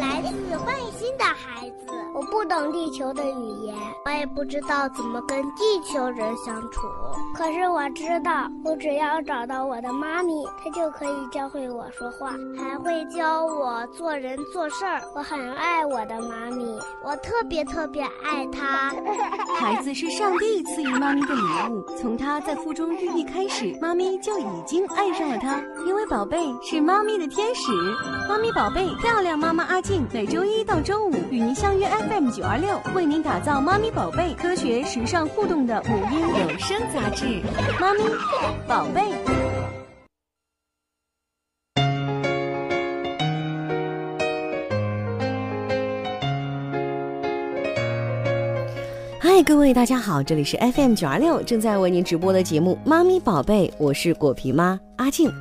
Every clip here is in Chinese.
来自外星的孩子，我不懂地球的语言，我也不知道怎么跟地球人相处。可是我知道，我只要找到我的妈咪，她就可以教会我说话，还会教我做人做事儿。我很爱我的妈咪，我特别特别爱她。孩子是上帝赐予妈咪的礼物，从他在腹中孕育开始，妈咪就已经爱上了他，因为宝贝是妈咪的天使。妈咪宝贝，漂亮妈妈阿静，每周一到周五与您相约 FM 九二六，为您打造妈咪宝贝科学时尚互动的母婴有声杂志。妈咪宝贝，嗨，各位大家好，这里是 FM 九二六，正在为您直播的节目《妈咪宝贝》，我是果皮妈阿静。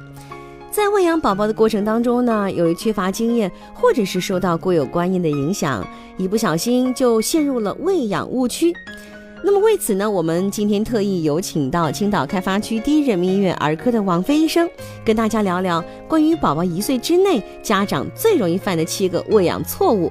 在喂养宝宝的过程当中呢，由于缺乏经验，或者是受到固有观念的影响，一不小心就陷入了喂养误区。那么为此呢，我们今天特意有请到青岛开发区第一人民医院儿科的王飞医生，跟大家聊聊关于宝宝一岁之内家长最容易犯的七个喂养错误。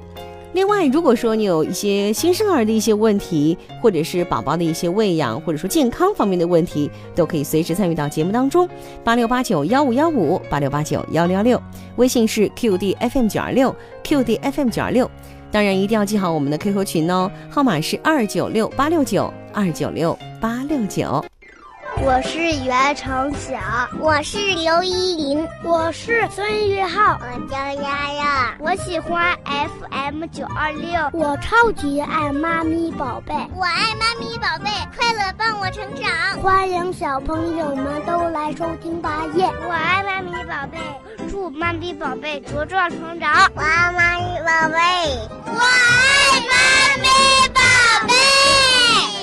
另外，如果说你有一些新生儿的一些问题，或者是宝宝的一些喂养，或者说健康方面的问题，都可以随时参与到节目当中。八六八九幺五幺五，八六八九幺六幺六，微信是 QDFM 九二六，QDFM 九二六。当然，一定要记好我们的 QQ 群哦，号码是二九六八六九二九六八六九。我是袁成晓，我是刘依林，我是孙玉浩，我叫丫丫，我喜欢 FM 九二六，我超级爱妈咪宝贝，我爱妈咪宝贝，快乐伴我成长，欢迎小朋友们都来收听吧耶！我爱妈咪宝贝，祝妈咪宝贝茁壮成长，我爱妈咪宝贝，我爱妈咪宝贝。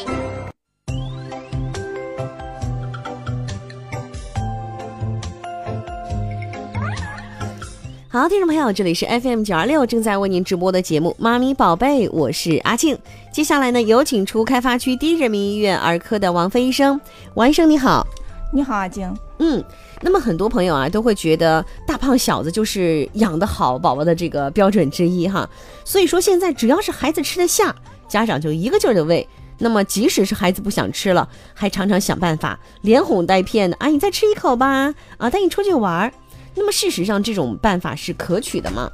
好，听众朋友，这里是 FM 九二六正在为您直播的节目《妈咪宝贝》，我是阿静。接下来呢，有请出开发区第一人民医院儿科的王飞医生。王医生你好，你好，阿静。嗯，那么很多朋友啊都会觉得大胖小子就是养得好宝宝的这个标准之一哈，所以说现在只要是孩子吃得下，家长就一个劲儿的喂。那么即使是孩子不想吃了，还常常想办法连哄带骗的啊，你再吃一口吧，啊，带你出去玩儿。那么事实上，这种办法是可取的吗？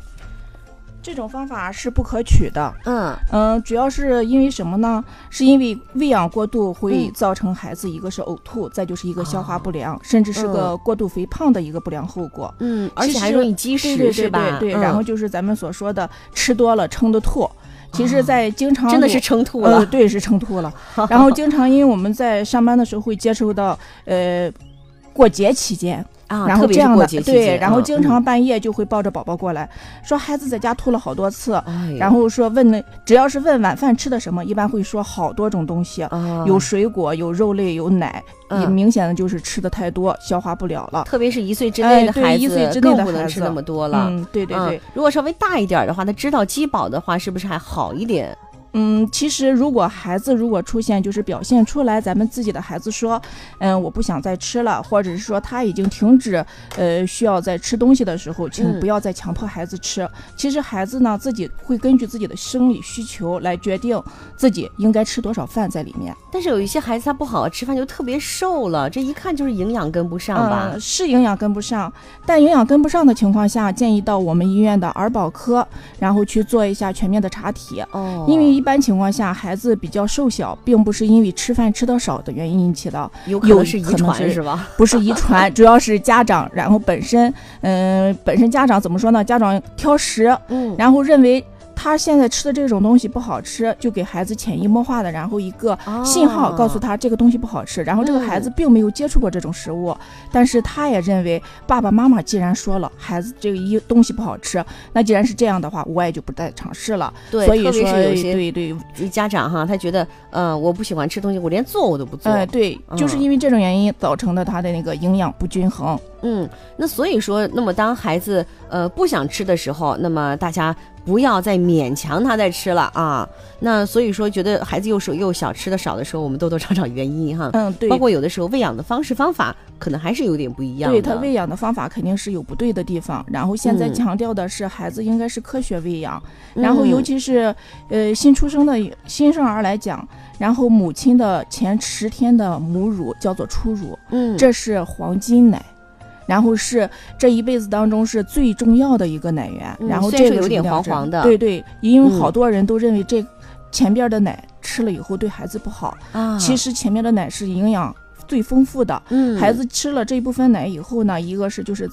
这种方法是不可取的。嗯嗯、主要是因为什么呢？是因为喂养过度会嗯造成孩子一个是呕吐，再就是一个消哦化不良，甚至是个嗯过度肥胖的一个不良后果。嗯，而其且还实容易积食，对对是对吧？对对，嗯然后就是咱们所说的吃多了撑的吐。其实，在经常哦真的我是撑吐呃，了。对，是 撑吐了。然后经常因为我们在上班的时候会接触到，呃，过节期间，啊，然特后别是这样过的节期对，间然后嗯经常半夜就会抱着宝宝过来，说孩子在家吐了好多次，哎呦然后说问了，只要是问晚饭吃的什么，一般会说好多种东西，啊有水果，有肉类，有奶，也嗯，明显的就是吃的太多，消化不了了。特别是一岁之哎内的对孩一子，岁之内更的不能孩吃子那么多了。嗯，对对嗯对，如果稍微大一点儿的话，他知道饥饱的话，是不是还好一点？嗯，其实如果孩子如果出现就是表现出来，咱们自己的孩子说，嗯，我不想再吃了，或者是说他已经停止，呃，需要再吃东西的时候，嗯请不要再强迫孩子吃。其实孩子呢，自己会根据自己的生理需求来决定自己应该吃多少饭在里面。但是有一些孩子他不好好吃饭，就特别瘦了，这一看就是营养跟不上吧。嗯，是营养跟不上，但营养跟不上的情况下，建议到我们医院的儿保科，然后去做一下全面的查体。哦，因为一般情况下，孩子比较瘦小，并不是因为吃饭吃的少的原因引起的，有可有能是遗可能传是嗯吧？不是遗传， 主要是家长，然后本身，嗯、本身家长怎么说呢？家长挑食，嗯，然后认为他现在吃的这种东西不好吃，就给孩子潜移默化的，然后一个哦信号告诉他。他这个东西不好吃，然后这个孩子嗯并没有接触过这种食物，但是他也认为爸爸妈妈既然说了孩子这个一东西不好吃，那既然是这样的话，我也就不再尝试了。对，所以特别说，是有一些对对，家长哈，他觉得，呃，我不喜哎欢吃东西，我连做我都不做。呃对，就是嗯因为这种原因造成的他的那个营养不均衡。嗯，那所以说，那么当孩子呃不想吃的时候，那么大家不要再勉强他再吃了啊。那所以说，觉得孩子又瘦又小，吃的少的时候，我们多多找找原因哈。嗯，对包，括有的时候喂养的方式方法，可能还是有点不一样的。对他喂养的方法肯定是有不对的地方。然后现在嗯强调的是，孩子应该是科学喂养。嗯，然后尤其是呃新出生的新生儿来讲，然后母亲的前十天的母乳叫做初乳，嗯，这是黄金奶。然后是这一辈子当中是最重要的一个奶源，嗯然后虽然这说有个是点一定要黄这样黄的对对，因为嗯好多人都认为这前边的奶吃了以后对孩子不好，啊，其实前面的奶是营养最丰富的，嗯，孩子吃了这部分奶以后呢，一个是就是，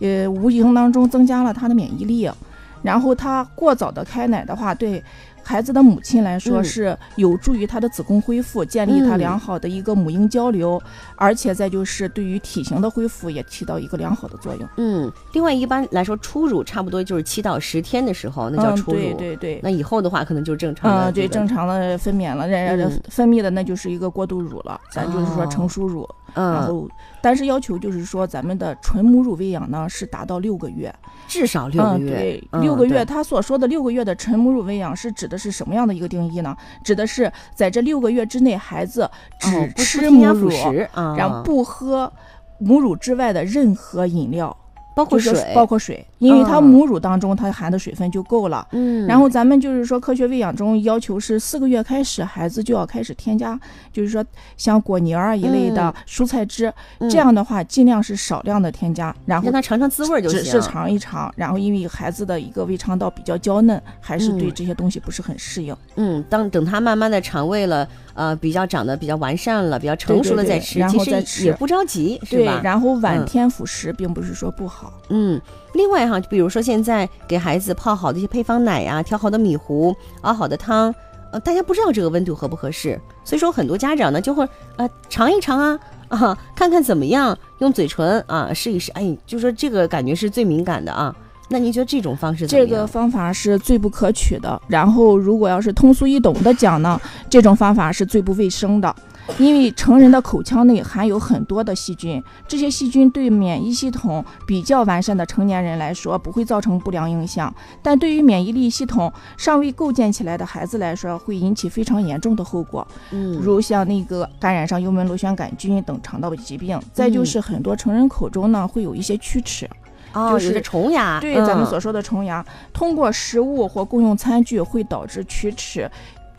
呃，无形当中增加了他的免疫力，啊然后他过早的开奶的话，对孩子的母亲来说嗯是有助于他的子宫恢复，建立他嗯良好的一个母婴交流，而且再就是对于体型的恢复也起到一个良好的作用。嗯，另外一般来说，初乳差不多就是七到十天的时候，那叫嗯，初乳。对对对。那以后的话，可能就是正常的、嗯，对，正常。常的分娩了，然然嗯分泌的那就是一个过渡乳了，咱就是说哦成熟乳，然嗯，后但是要求就是说咱们的纯母乳喂养呢是达到六个月，至少六个月。嗯、对，嗯六个月，对他所说的六个月的纯母乳喂养是指的是什么样的一个定义呢？指的是在这六个月之内，孩子哦只不吃添母加辅乳，食啊，然后不喝母乳之外的任何饮料，包括就是水，包括水，因为它嗯母乳当中它含的水分就够了。嗯，然后咱们就是说，科学喂养中要求是四个月开始，孩子就要开始添加，就是说像果泥儿啊一类的蔬菜汁，嗯这样的话尽量是少量的添加，然后让他尝尝滋味儿就只行。啊是尝一尝，然后因为孩子的一个胃肠道比较娇嫩，还是对嗯这些东西不是很适应。嗯，当等他慢慢的肠胃了，呃，比较长得比较完善了，比较成熟了对对再对吃，然后再其实吃也不着急，是对吧，？然后晚嗯天辅食并不是说不好。嗯，另外哈，就比如说现在给孩子泡好的一些配方奶啊，调好的米糊，熬好的汤，呃，大家不知道这个温度合不合适，所以说很多家长呢就会呃尝一尝啊 啊，看看怎么样，用嘴唇啊试一试，哎，就说这个感觉是最敏感的啊。那您觉得这种方式怎么这样？个方法是最不可取的。然后，如果要是通俗易懂的讲呢，这种方法是最不卫生的，因为成人的口腔内含有很多的细菌，这些细菌对免疫系统比较完善的成年人来说不会造成不良影响，但对于免疫力系统尚未构建起来的孩子来说，会引起非常严重的后果。嗯如像那个感染上幽门螺旋杆菌等肠道疾病，再嗯就是很多成人口中呢会有一些龋齿，哦，就是有着虫牙，对嗯咱们所说的虫牙，通过食物或共用餐具会导致龋齿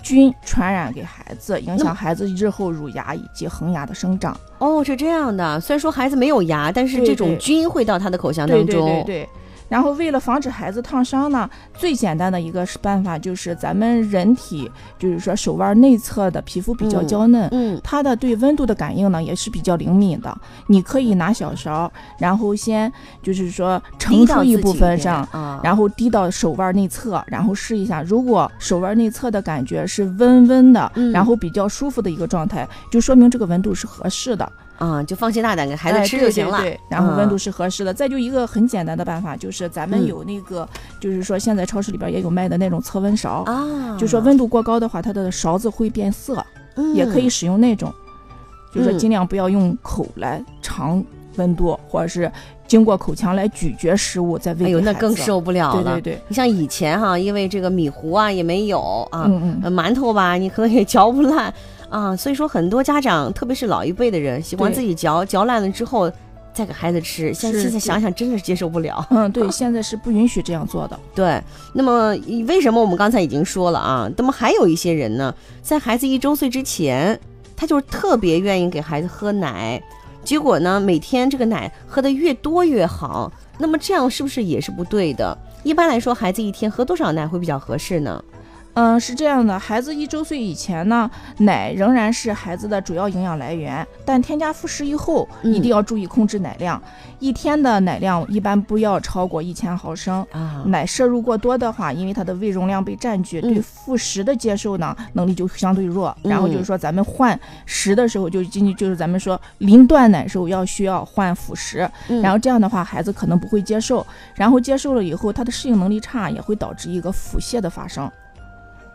菌传染给孩子，影那么响孩子日后乳牙以及恒牙的生长。哦是这样的。虽然说孩子没有牙，但是对这种对菌会到他的口腔啊对当对中。对对。然后，为了防止孩子烫伤呢，最简单的一个是办法就是咱们人体，就是说手腕内侧的皮肤比较嗯娇嫩，嗯它的对温度的感应呢也是比较灵敏的。你可以拿小勺，然后先就是说盛滴到出一自己部分边上，啊，然后滴到手腕内侧，然后试一下。如果手腕内侧的感觉是温温的，嗯然后比较舒服的一个状态，就说明这个温度是合适的，啊，就放心大胆给孩哎子吃就行了。对对对然后温嗯度是合适的。再就一个很简单的办法，就是咱们嗯有那个，就是说现在超市里边也有卖的那种测温勺，啊，就说温度过高的话，它的勺子会变色，也可以嗯使用那种，就嗯是说尽量不要用口来尝温度，或者是经过口腔来咀嚼食物再喂给哎孩呦，子。那更受不了对了。对对。你像以前哈、因为这个米糊啊也没有啊，嗯呃馒头吧你可能也嚼不烂啊，所以说很多家长，特别是老一辈的人，喜欢对自己嚼，嚼烂了之后再给孩子吃。现是现在是想想真的是接受不了。嗯，对，现在是不允许这样做的。对，那么以为什么我们刚才已经说了啊？那么还有一些人呢，在孩子一周岁之前，他就是特别愿意给孩子喝奶，结果呢，每天这个奶喝的越多越好。那么这样是不是也是不对的？一般来说，孩子一天喝多少奶会比较合适呢？嗯，是这样的，孩子一周岁以前呢，奶仍然是孩子的主要营养来源，但添加辅食以后，嗯一定要注意控制奶量，一天的奶量一般不要超过一千毫升。啊，奶摄入过多的话，因为它的胃容量被占据，嗯对辅食的接受呢能力就相对弱。嗯然后就是说，咱们换食的时候，就进去就是咱们说临断奶时候要需要换辅食，嗯然后这样的话，孩子可能不会接受，然后接受了以后，他的适应能力差，也会导致一个腹泻的发生。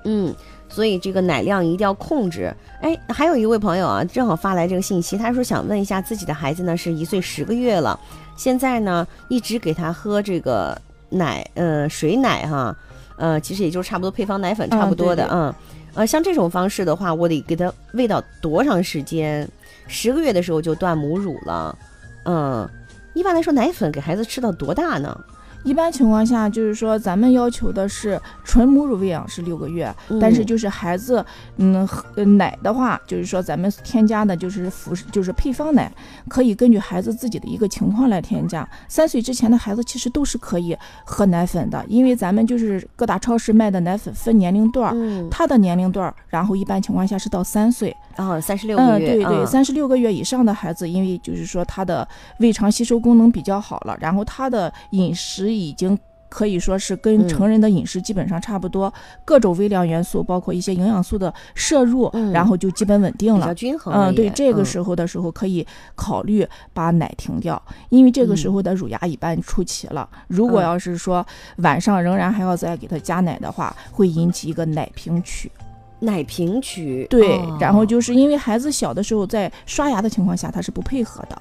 嗯，所以这个奶量一定要控制。哎，还有一位朋友啊，正好发来这个信息，他说想问一下自己的孩子呢，是一岁十个月了，现在呢一直给他喝这个奶，呃，水奶哈，呃，其实也就是差不多配方奶粉差不多的，嗯对嗯，呃，像这种方式的话，我得给他喂到多长时间？十个月的时候就断母乳了，嗯，一般来说奶粉给孩子吃到多大呢？一般情况下，就是说咱们要求的是纯母乳喂养是六个月，但是嗯就是孩子，嗯，喝呃奶的话，就是说咱们添加的就是辅食，就是配方奶，可以根据孩子自己的一个情况来添加。三岁之前的孩子其实都是可以喝奶粉的，因为咱们就是各大超市卖的奶粉分年龄段儿。嗯，他的年龄段儿，然后一般情况下是到三岁，哦，三十六嗯，个月，对对，嗯三十六个月以上的孩子，因为就是说他的胃肠吸收功能比较好了，然后他的饮食已经可以说是嗯跟成人的饮食基本上差不多，各种微量元素包括一些营养素的摄入，嗯然后就基本稳定比了较。均衡了也。嗯，对，这个嗯时候的时候可以考虑把奶停掉，因为这个时嗯候的乳牙一般出齐了。如嗯果要是说晚上仍然还要再给他加奶的话，会引起一个奶瓶曲。奶瓶区，对，哦然后就是因为孩子小的时候在刷牙的情况下，他是不配合的。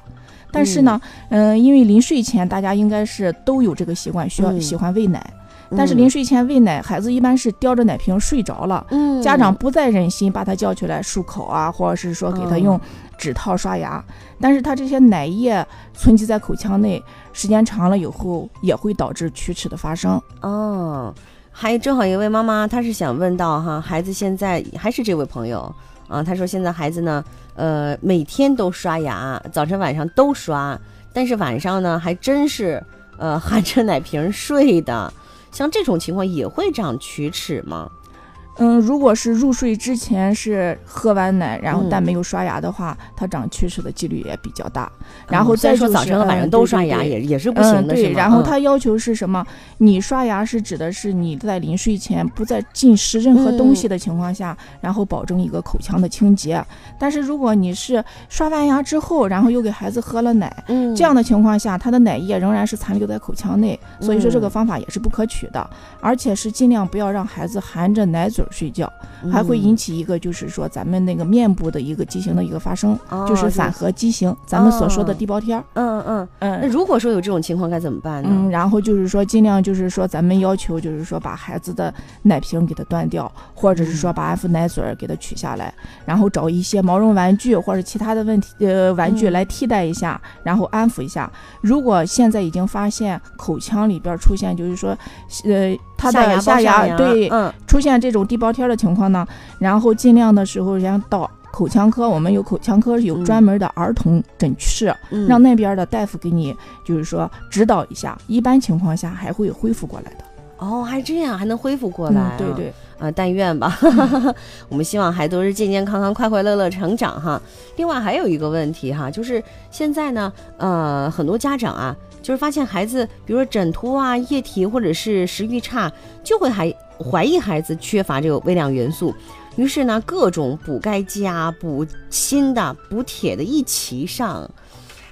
但是呢，嗯、因为临睡前大家应该是都有这个习惯，需要嗯喜欢喂奶。但是临，睡前喂奶，孩子一般是叼着奶瓶睡着了，嗯家长不再忍心把他叫起来漱口啊，或者是说给他嗯用指套刷牙。但是他这些奶液存积在口腔内，时间长了以后也会导致龋齿的发生。哦，还有正好有一位妈妈，她是想问到哈，孩子现在还是这位朋友啊，她说现在孩子呢，呃，每天都刷牙，早晨晚上都刷，但是晚上呢，还真是呃 含着奶瓶睡的，像这种情况也会长龋齿吗？嗯，如果是入睡之前是喝完奶，然后但嗯没有刷牙的话，它长龋齿的几率也比较大。然后嗯虽再然说就是早晨和晚上都刷牙，嗯对对也也是不嗯，行的，是对。吗？然后嗯它要求是什么？你刷牙是指的是你在临睡前不再进食任何东西的情况下，然后保证一个口腔的清洁。但是如果你是刷完牙之后，然后又给孩子喝了奶，嗯这样的情况下，它的奶液仍然是残留在口腔内，所以说这嗯个方法也是不可取的，而且是尽量不要让孩子含着奶嘴儿睡觉。还会引嗯起一个就是说咱们那个面部的一个畸形的一个发生，哦就是反核畸形，咱们所说的哦地包天儿。嗯嗯，那嗯如果说有这种情况该怎么办呢？嗯，然后就是说尽量就是说咱们要求就是说把孩子的奶瓶给它断掉，或者是嗯说把安抚奶嘴儿给它取下来，然后找一些毛绒玩具或者其他的问题呃玩具嗯来替代一下，然后安抚一下。如果现在已经发现口腔里边儿出现就是说呃它下牙的包下牙牙对嗯出现这种地包天儿的情况呢，然后尽量的时候，然后到口腔科，我们有口腔科有嗯专门的儿童诊室，嗯，让那边的大夫给你就是说指导一下，一般情况下还会恢复过来的。哦，还这样还能恢复过来、啊嗯，对，对，啊、但愿吧。 我们希望孩子都是健健康康、快快乐乐成长哈。另外还有一个问题哈，就是现在呢，呃，很多家长啊，就是发现孩子，比如说枕秃啊、液体或者是食欲差，就会还怀疑孩子缺乏这个微量元素。于是呢，各种补钙剂啊、补锌的、补铁的一齐上，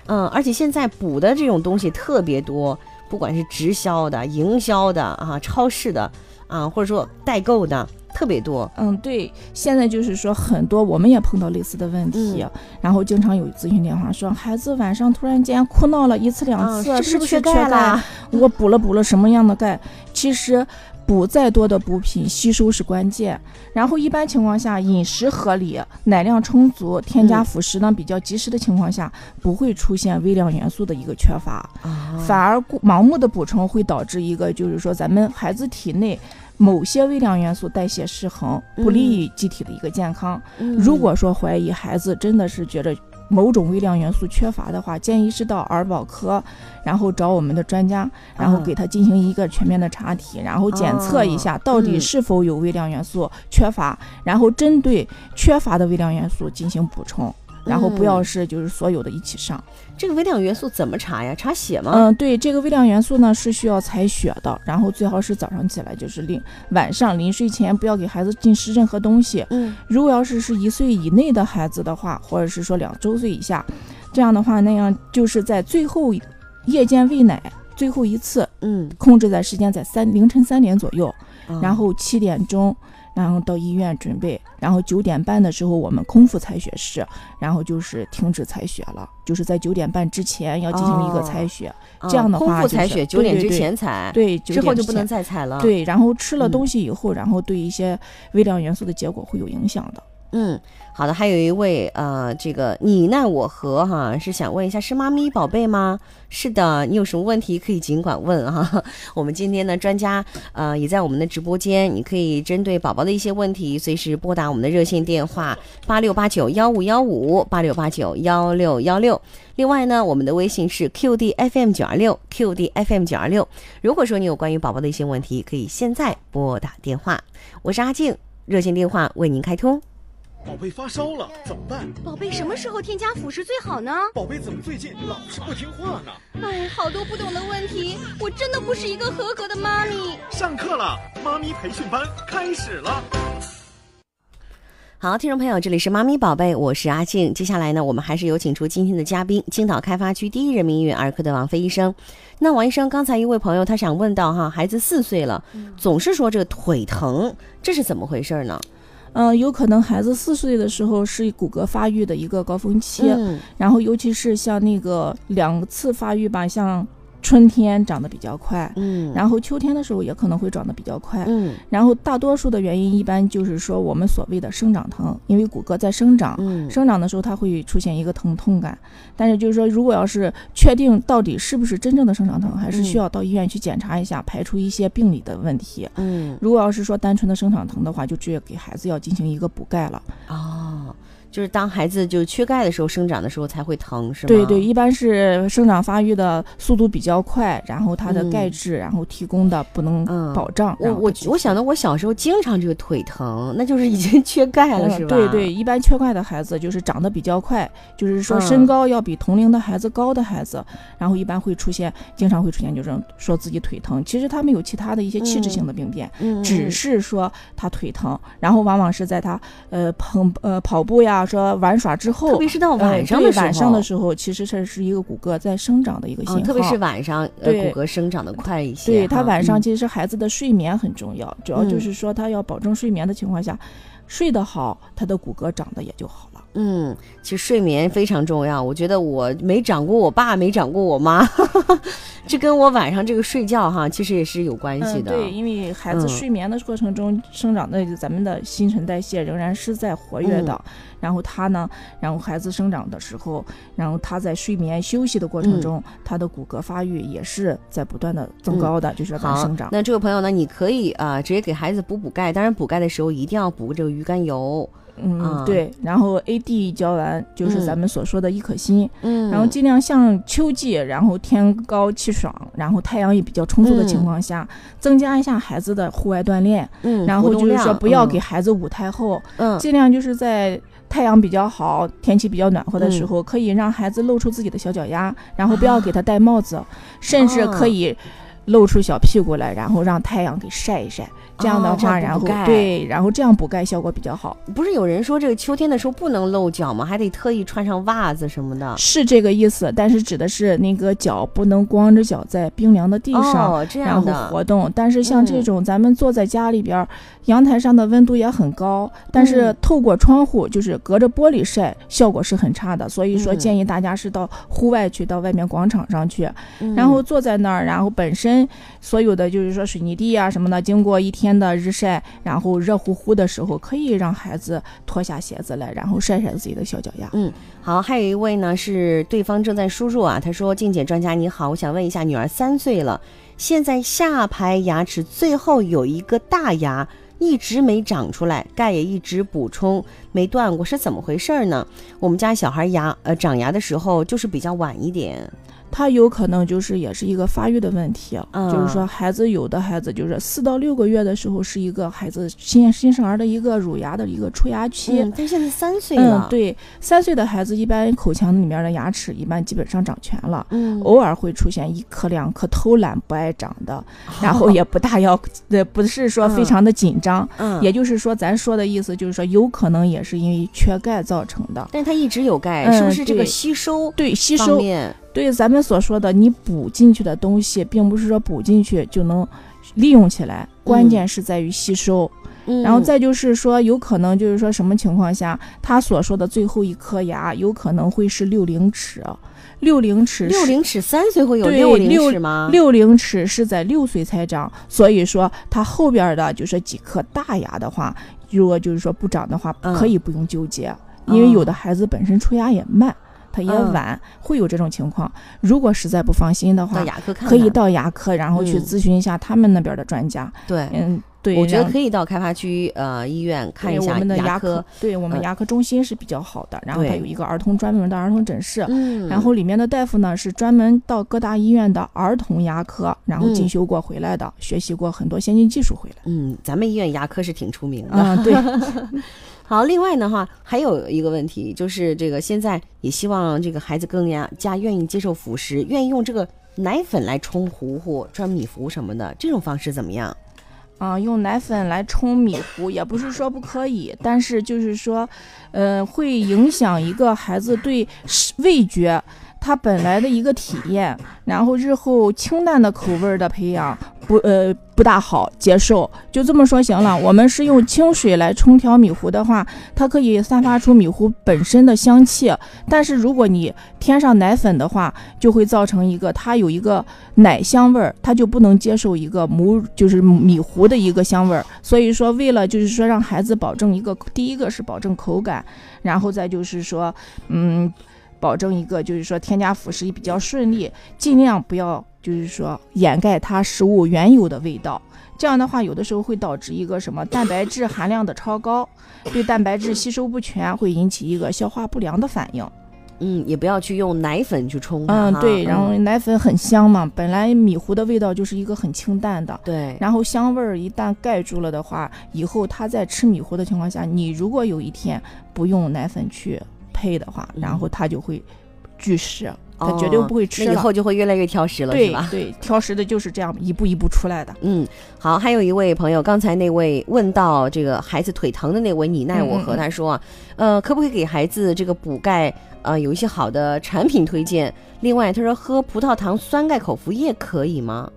嗯，而且现在补的这种东西特别多，不管是直销的、营销的啊、超市的啊，或者说代购的，特别多。嗯对。现在就是说很多我们也碰到类似的问题，然后经常有咨询电话说孩子晚上突然间哭闹了一次两啊，次，是是不缺是缺钙了？我补了补了什么样的钙？其实补再多的补品，吸收是关键。然后一般情况下，饮食合理，奶量充足，添加嗯辅食呢比较及时的情况下，不会出现微量元素的一个缺乏，啊反而过盲目的补充会导致一个就是说咱们孩子体内。某些微量元素代谢失衡，不利于机体的一个健康。嗯如果说怀疑孩子真的是觉得某种微量元素缺乏的话，建议是到儿保科，然后找我们的专家，然后啊给他进行一个全面的查体，然后检测一下到底哦嗯是否有微量元素缺乏，然后针对缺乏的微量元素进行补充。然后不要嗯啊是就是所有的一起上，这个微量元素怎么查呀？查血吗？嗯，对，这个微量元素呢是需要采血的，然后最好是早上起来就是临晚上临睡前不要给孩子进食任何东西，嗯如果要是是一岁以内的孩子的话，或者是说两周岁以下，这样的话，那样就是在最后一夜间喂奶最后一次，嗯，控制在时间在三凌晨三点左右，啊然后七点钟，然后到医院准备，然后九点半的时候我们空腹采血室，然后就是停止采血了，就是在九点半之前要进行哦一个采血，这样的啊空话腹就是采血，九对点对之对前采，哎对，9之后点就之不能前再采了。，对，然后吃了嗯东西以后，然后对一些微量元素的结果会有影响的。嗯，好的。还有一位呃，这个你奈我何哈、是想问一下是妈咪宝贝吗？是的，你有什么问题可以尽管问哈、 我们今天呢，专家呃也在我们的直播间，你可以针对宝宝的一些问题，随时拨打我们的热线电话八六八九幺五幺五八六八九幺六幺六。另外呢，我们的微信是 QDFM 九二六 QDFM 九二六。如果说你有关于宝宝的一些问题，可以现在拨打电话。我是阿静，热线电话为您开通。宝贝发烧了怎么办？宝贝什么时候添加辅食最好呢？宝贝怎么最近老是不听话呢？哎，好多不懂的问题，我真的不是一个合格的妈咪。上课了，妈咪培训班开始了。好，听众朋友，这里是妈咪宝贝，我是阿静。接下来呢，我们还是有请出今天的嘉宾，青岛开发区第一人民医院儿科的王飞医生。那王医生，刚才一位朋友他想问到哈，孩子四岁了，嗯总是说这个腿疼，这是怎么回事呢？嗯、有可能孩子四岁的时候是骨骼发育的一个高峰期，嗯然后尤其是像那个两次发育吧，像春天长得比较快，嗯，后然后秋天的时候也可能会长得比较快。嗯然后大多数的原因一般就是说我们所谓的生长疼，因为骨骼在生长，嗯生长的时候它会出现一个疼痛感，但是就是说，如果要是确定到底是不是真正的生长疼，嗯还是需要到医院去检查一下，排除一些病理的问题。嗯如果要是说单纯的生长疼的话，就直接给孩子要进行一个补钙了。哦，就是当孩子就是缺钙的时候，生长的时候才会疼，是吗？对对，一般是生长发育的速度比较快，然后它的嗯钙质，然后提供的不能嗯保障。我我我想到我小时候经常这个腿疼，那就是已经缺钙了，是吧？嗯哦对对，，一般缺钙的孩子就是长得比较快，就是说嗯身高要比同龄的孩子高的孩子，然后一般会出现，经常会出现就是说自己腿疼，其实他没有其他的一些器质性的病变，嗯只是说他腿疼，然后往往是在他呃跑呃跑步呀，说玩耍之特后别。是到晚上呃的对时候，晚上的时候，其实这是一个骨骼在生长的一个信号，嗯，特别是晚上，呃，对骨骼生长的快一些哈。对他晚上嗯其实孩子的睡眠很重要，主要就嗯是说他要保证睡眠的情况下，睡得好，他的骨骼长得也就好了。嗯，其实睡眠非常重要。我觉得我没长过我爸，没长过我妈， 这跟我晚上这个睡觉哈，其实也是有关系的。嗯。对，因为孩嗯子睡眠的过程中生长的，咱们的新陈代谢仍然是在活跃的。嗯然后他呢，然后孩子生长的时候，然后他在睡眠休息的过嗯程中，他的骨骼发育也是在不断的增高的，就是在嗯好生，长。那这位朋友呢，你可以啊、呃直接给孩子补补钙，当然补钙的时候一定要补这个鱼肝油。嗯，啊对。然后 AD 胶原就是咱们所说的益可欣，嗯然后尽量像秋季，然后天高气爽，然后太阳也比较充足的情况下，增加一下孩子的户外锻炼。嗯，然后活动就是说量不要嗯给孩子捂太后，嗯尽量就是在太阳比较好、天气比较暖和的时嗯候，可以让孩子露出自己的小脚丫，然后不要给他戴帽啊子，甚至可以露出小屁股来，然后让太阳给晒一晒。这样的哦这话，样然补后钙对，然后这样补钙效果比较好，不是有人说这个秋天的时候不能露脚吗？还得特意穿上袜子什么的。是这个意思。但是指的是那个脚不能光着脚在冰凉的地上。哦，这然样后的活动，但是像这嗯种咱们坐在家里边儿，阳台上的温度也很高，但是嗯透过窗户就是隔着玻璃晒，效果是很差的。所以说嗯建议大家是到户外去，到外面广场上去，嗯然后坐在那儿，然后本身所有的就是说水泥地啊什么的，经过一天的日晒，然后热乎乎的时候，可以让孩子脱下鞋子来，然后晒晒自己的小脚丫。好，还有一位呢是对方正在输入啊，他说：“静姐专家你好，我想问一下，女儿三岁了，现在下排牙齿最后有一个大牙一直没长出来，钙也一直补充没断过，是怎么回事儿呢？我们家小孩牙呃长牙的时候就是比较晚一点，它有可能就是也是一个发育的问题，啊嗯就是说孩子有的孩子就是四到六个月的时候是一个孩子新新生儿的一个乳牙的一个出牙期。嗯，但现在三岁了，嗯，，对，三岁的孩子一般口腔里面的牙齿一般基本上长全了，嗯，偶尔会出现一颗两颗偷懒不爱长的，然后也不大要，呃，不是说非常的紧张，嗯，也就是说咱说的意思就是说有可能也是因为缺钙造成的。但是他一直有钙，嗯是不是这个对吸收对，吸方收面？对咱们所说的，你补进去的东西，并不是说补进去就能利用起来，关键是在于吸收。嗯然后再就是说，有可能就是说什么情况下，他所说的最后一颗牙有可能会是六龄齿，哦六龄齿是六龄齿三岁会有对六龄齿吗？六龄齿是在六岁才长，所以说它后边的就是几颗大牙的话，如果就是说不长的话，嗯可以不用纠结，因为有的孩子本身出牙也慢，他也嗯晚，会有这种情况。如果实在不放心的话到，牙科看看可以到牙科，然后去嗯咨询一下他们那边的专家。对。嗯，对，我觉然得后可以到开发区呃医院看一对下我们的牙科，，对我们嗯牙科中心是比较好的，然后它对有一个儿童专门的儿童诊室。嗯，然后里面的大夫呢是专门到各大医院的儿童牙科，然后进修过回来的，学习过很多先进技术回来。嗯，咱们医院牙科是挺出名的。啊、对， 好，另外的话还有一个问题就是这个现在也希望这个孩子更加加愿意接受辅食，愿意用这个奶粉来冲糊糊、穿米糊什么的，这种方式怎么样？啊、用奶粉来冲米糊也不是说不可以，但是就是说，呃，会影响一个孩子对视味觉他本来的一个体验，然后日后清淡的口味儿的培养不呃不大好接受。就这么说行了，我们是用清水来冲调米糊的话，它可以散发出米糊本身的香气，但是如果你添上奶粉的话，就会造成一个它有一个奶香味儿，它就不能接受一个母就是米糊的一个香味儿。所以说，为了就是说让孩子保证一个，第一个是保证口感，然后再就是说，嗯，保证一个就是说添加辅食也比较顺利，尽量不要就是说掩盖它食物原有的味道。这样的话，有的时候会导致一个什么蛋白质含量的超高，对蛋白质吸收不全，会引起一个消化不良的反应。嗯，也不要去用奶粉去冲它哈。嗯，对，然后嗯奶粉很香嘛，本来米糊的味道就是一个很清淡的，对，然后香味儿一旦盖住了的话，以后他在吃米糊的情况下，你如果有一天不用奶粉去配的话，然后他就会拒食，他绝对嗯哦不会吃那以了。后就会越来越挑食了，是对吧？对，挑食的就是这样一步一步出来的。嗯，好，还有一位朋友，刚才那位问到这个孩子腿疼的那位你奈我嗯嗯何，嗯他说啊，呃，可不可以给孩子这个补钙呃有一些好的产品推荐？另外，他说喝葡萄糖酸钙口服液可以吗？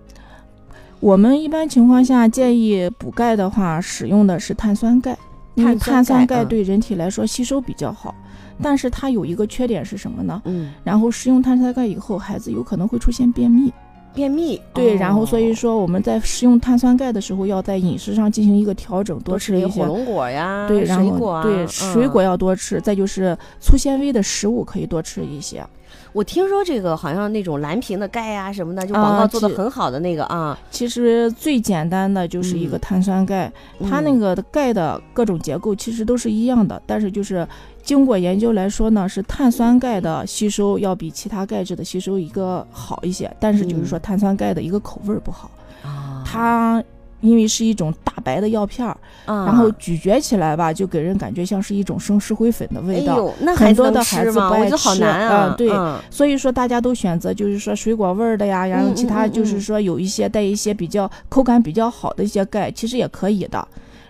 我们一般情况下建议补钙的话，使用的是碳酸钙，因为碳碳酸钙酸钙嗯对人体来说吸收比较好，但是它有一个缺点是什么呢？嗯，然后食用碳酸钙以后，孩子有可能会出现便秘。便秘。对，哦然后所以说我们在食用碳酸钙的时候，要在饮食上进行一个调整，多吃吃一火些。龙果呀，对，然水后果啊，对嗯水果要多吃，再就是粗纤维的食物可以多吃一些。我听说这个好像那种蓝瓶的钙呀、什么的，就啊广告做的是很好的那个啊，其实最简单的就是一个嗯碳酸钙，它那嗯个钙的各种结构其实都是一样的，但是就是经过研究来说呢，是碳酸钙的吸收要比其他钙质的吸收一个好一些，但是嗯就是说碳酸钙的一个口味儿不好，啊它因为是一种大白的药片儿，啊然后咀嚼起来吧，就给人感觉像是一种生石灰粉的味哎道。呦，那很孩子多能的孩吃子吗不我爱觉得好吃难啊。嗯对嗯所以说，大家都选择就是说水果味儿的呀，然后嗯其他嗯嗯就是嗯说有一些带一些比较口感比较好的一些钙，其实也可以的。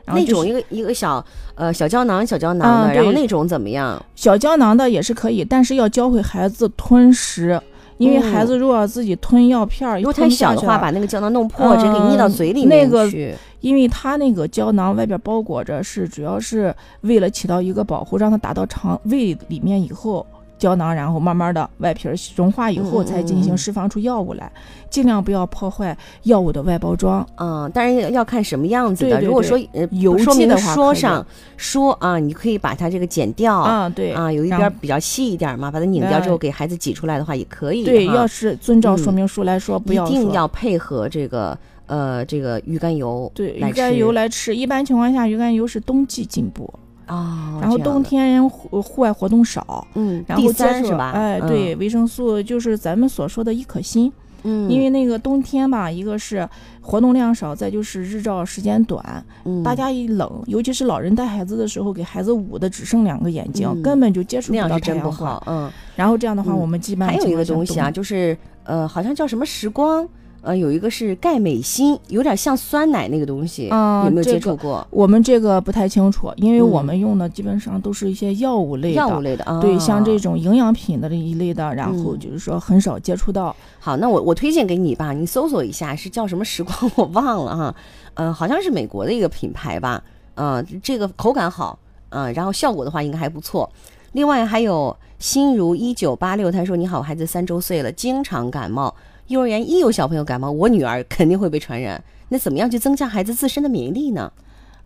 然后那就是种一个一个小呃小胶囊小胶囊的，嗯然后对那种怎么样？小胶囊的也是可以，但是要教会孩子吞食，因为孩子如果自己吞药片儿，哦如果吞太不下小的去话，了把那个胶囊弄破，直接给捏到嘴里嗯面啊那个去。因为它那个胶囊外边包裹着是主要是为了起到一个保护，让它打到肠胃里面以后，胶囊然后慢慢的外皮儿融化以嗯后嗯嗯才进行释放出药物来，尽量不要破坏药物的外包装。嗯，当然要看什么样子的。对对如果对说呃邮说寄明的话说可以上说啊，你可以把它这个剪掉。啊，对啊，有一然边儿后比较细一点儿嘛，把它拧掉之后嗯给孩子挤出来的话也可以哈。对，要是遵照嗯说明书来说，不一要定说要配合这个呃这个鱼肝油对来鱼肝油吃来吃。一般情况下，鱼肝油是冬季进补，啊，然后这样冬的天人户户外活动少。嗯，然第后三接是触，吧？哎，嗯对，，维生素就是咱们所说的一可心，嗯，因为那个冬天吧，一个是活动量少，再就是日照时间短，嗯大家一冷，尤其是老人带孩子的时候，给孩子捂的只剩两个眼睛，嗯根本就接触那不样到是太真不阳光。好，嗯。然后这样的话，嗯我们基本还上有一个情况东下西啊，都，就是呃，好像叫什么时光，呃，有一个是钙镁锌，有点像酸奶那个东西，啊有没有这接个触过？我们这个不太清楚，因为嗯我们用的基本上都是一些药物类的。药物类的啊，对，像这种营养品的这一类的，然后嗯就是说很少接触到，好，那我我推荐给你吧，你搜索一下是叫什么时光，我忘了哈，呃，好像是美国的一个品牌吧，呃，这个口感好，嗯、然后效果的话应该还不错。另外还有心如一九八六，他说：“你好，我孩子三周岁了，经常感冒。幼儿园一有小朋友感冒，我女儿肯定会被传染。那怎么样去增加孩子自身的免疫力呢？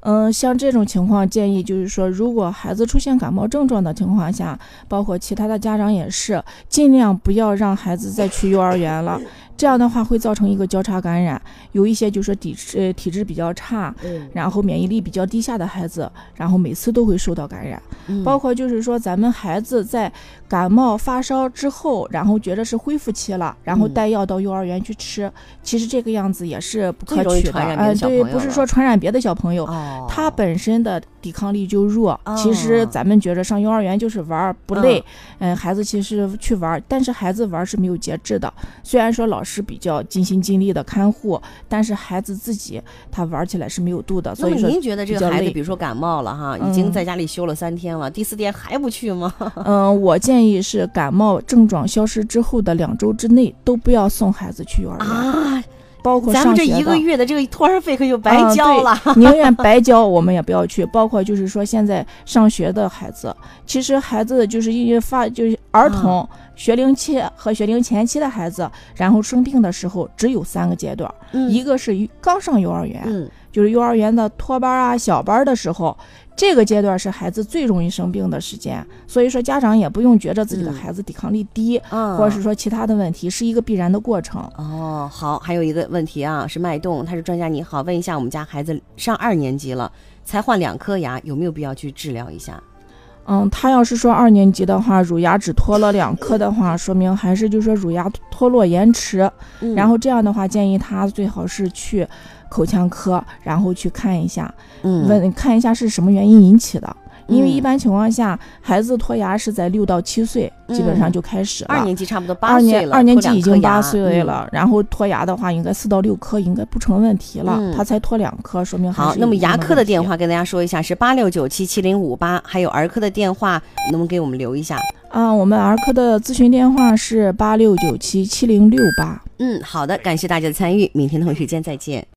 嗯，像这种情况，建议就是说，如果孩子出现感冒症状的情况下，包括其他的家长也是，尽量不要让孩子再去幼儿园了。这样的话会造成一个交叉感染，有一些就是体质呃体质比较差，嗯，然后免疫力比较低下的孩子，然后每次都会受到感染。嗯包括就是说，咱们孩子在感冒发烧之后，然后觉得是恢复期了，然后嗯带药到幼儿园去吃，其实这个样子也是不最可容易取的。传哎、染别的小对，朋不友是了说传染别的小朋友，哦，他本身的抵抗力就弱。哦其实咱们觉着上幼儿园就是玩儿不累，嗯、孩子其实去玩儿，但是孩子玩儿是没有节制的。虽然说老师比较尽心尽力的看护，但是孩子自己他玩儿起来是没有度的。那所么以说，您觉得这个比较孩子，累比如说感冒了哈，已经嗯在家里休了三天了，第四天还不去吗？嗯，我建议是感冒症状消失之后的两周之内都不要送孩子去幼儿园，啊，包括咱们上这学一的个。月的啊这个托儿费可就白交了。 嗯对宁愿白交我们也不要去。包括就是说现在上学的孩子，其实孩子就是因为发就是儿童、嗯学龄期和学龄前期的孩子，然后生病的时候只有三个阶段，嗯一个是刚上幼儿园，嗯就是幼儿园的托班啊、小班的时候，这个阶段是孩子最容易生病的时间，所以说家长也不用觉着自己的嗯孩子抵抗力低，嗯，或者是说其他的问题，是一个必然的过程。哦，好，还有一个问题啊，是脉动，他是专家，你好，问一下我们家孩子上二年级了，才换两颗牙，有没有必要去治疗一下？嗯，他要是说二年级的话，乳牙只脱了两颗的话，说明还是就是说乳牙脱落延迟。嗯然后这样的话，建议他最好是去口腔科，然后去看一下，嗯，问看一下是什么原因引起的。因为一嗯般情况下，孩子脱牙是在六到七岁，基本上嗯就开始了。二年级差不多八二岁年了，二年脱级两已颗经八牙嗯岁了，，然后脱牙的话，应该四到六颗应该不成问题了。嗯他才脱两颗，说明嗯还好，是那么啊有一定牙科的问题电话跟大家说一下是八六九七七零五八，还有儿科的电话，能不能给我们留一下？啊，我们儿科的咨询电话是八六九七七零六八。嗯，好的，感谢大家的参与，明天同一时间再见。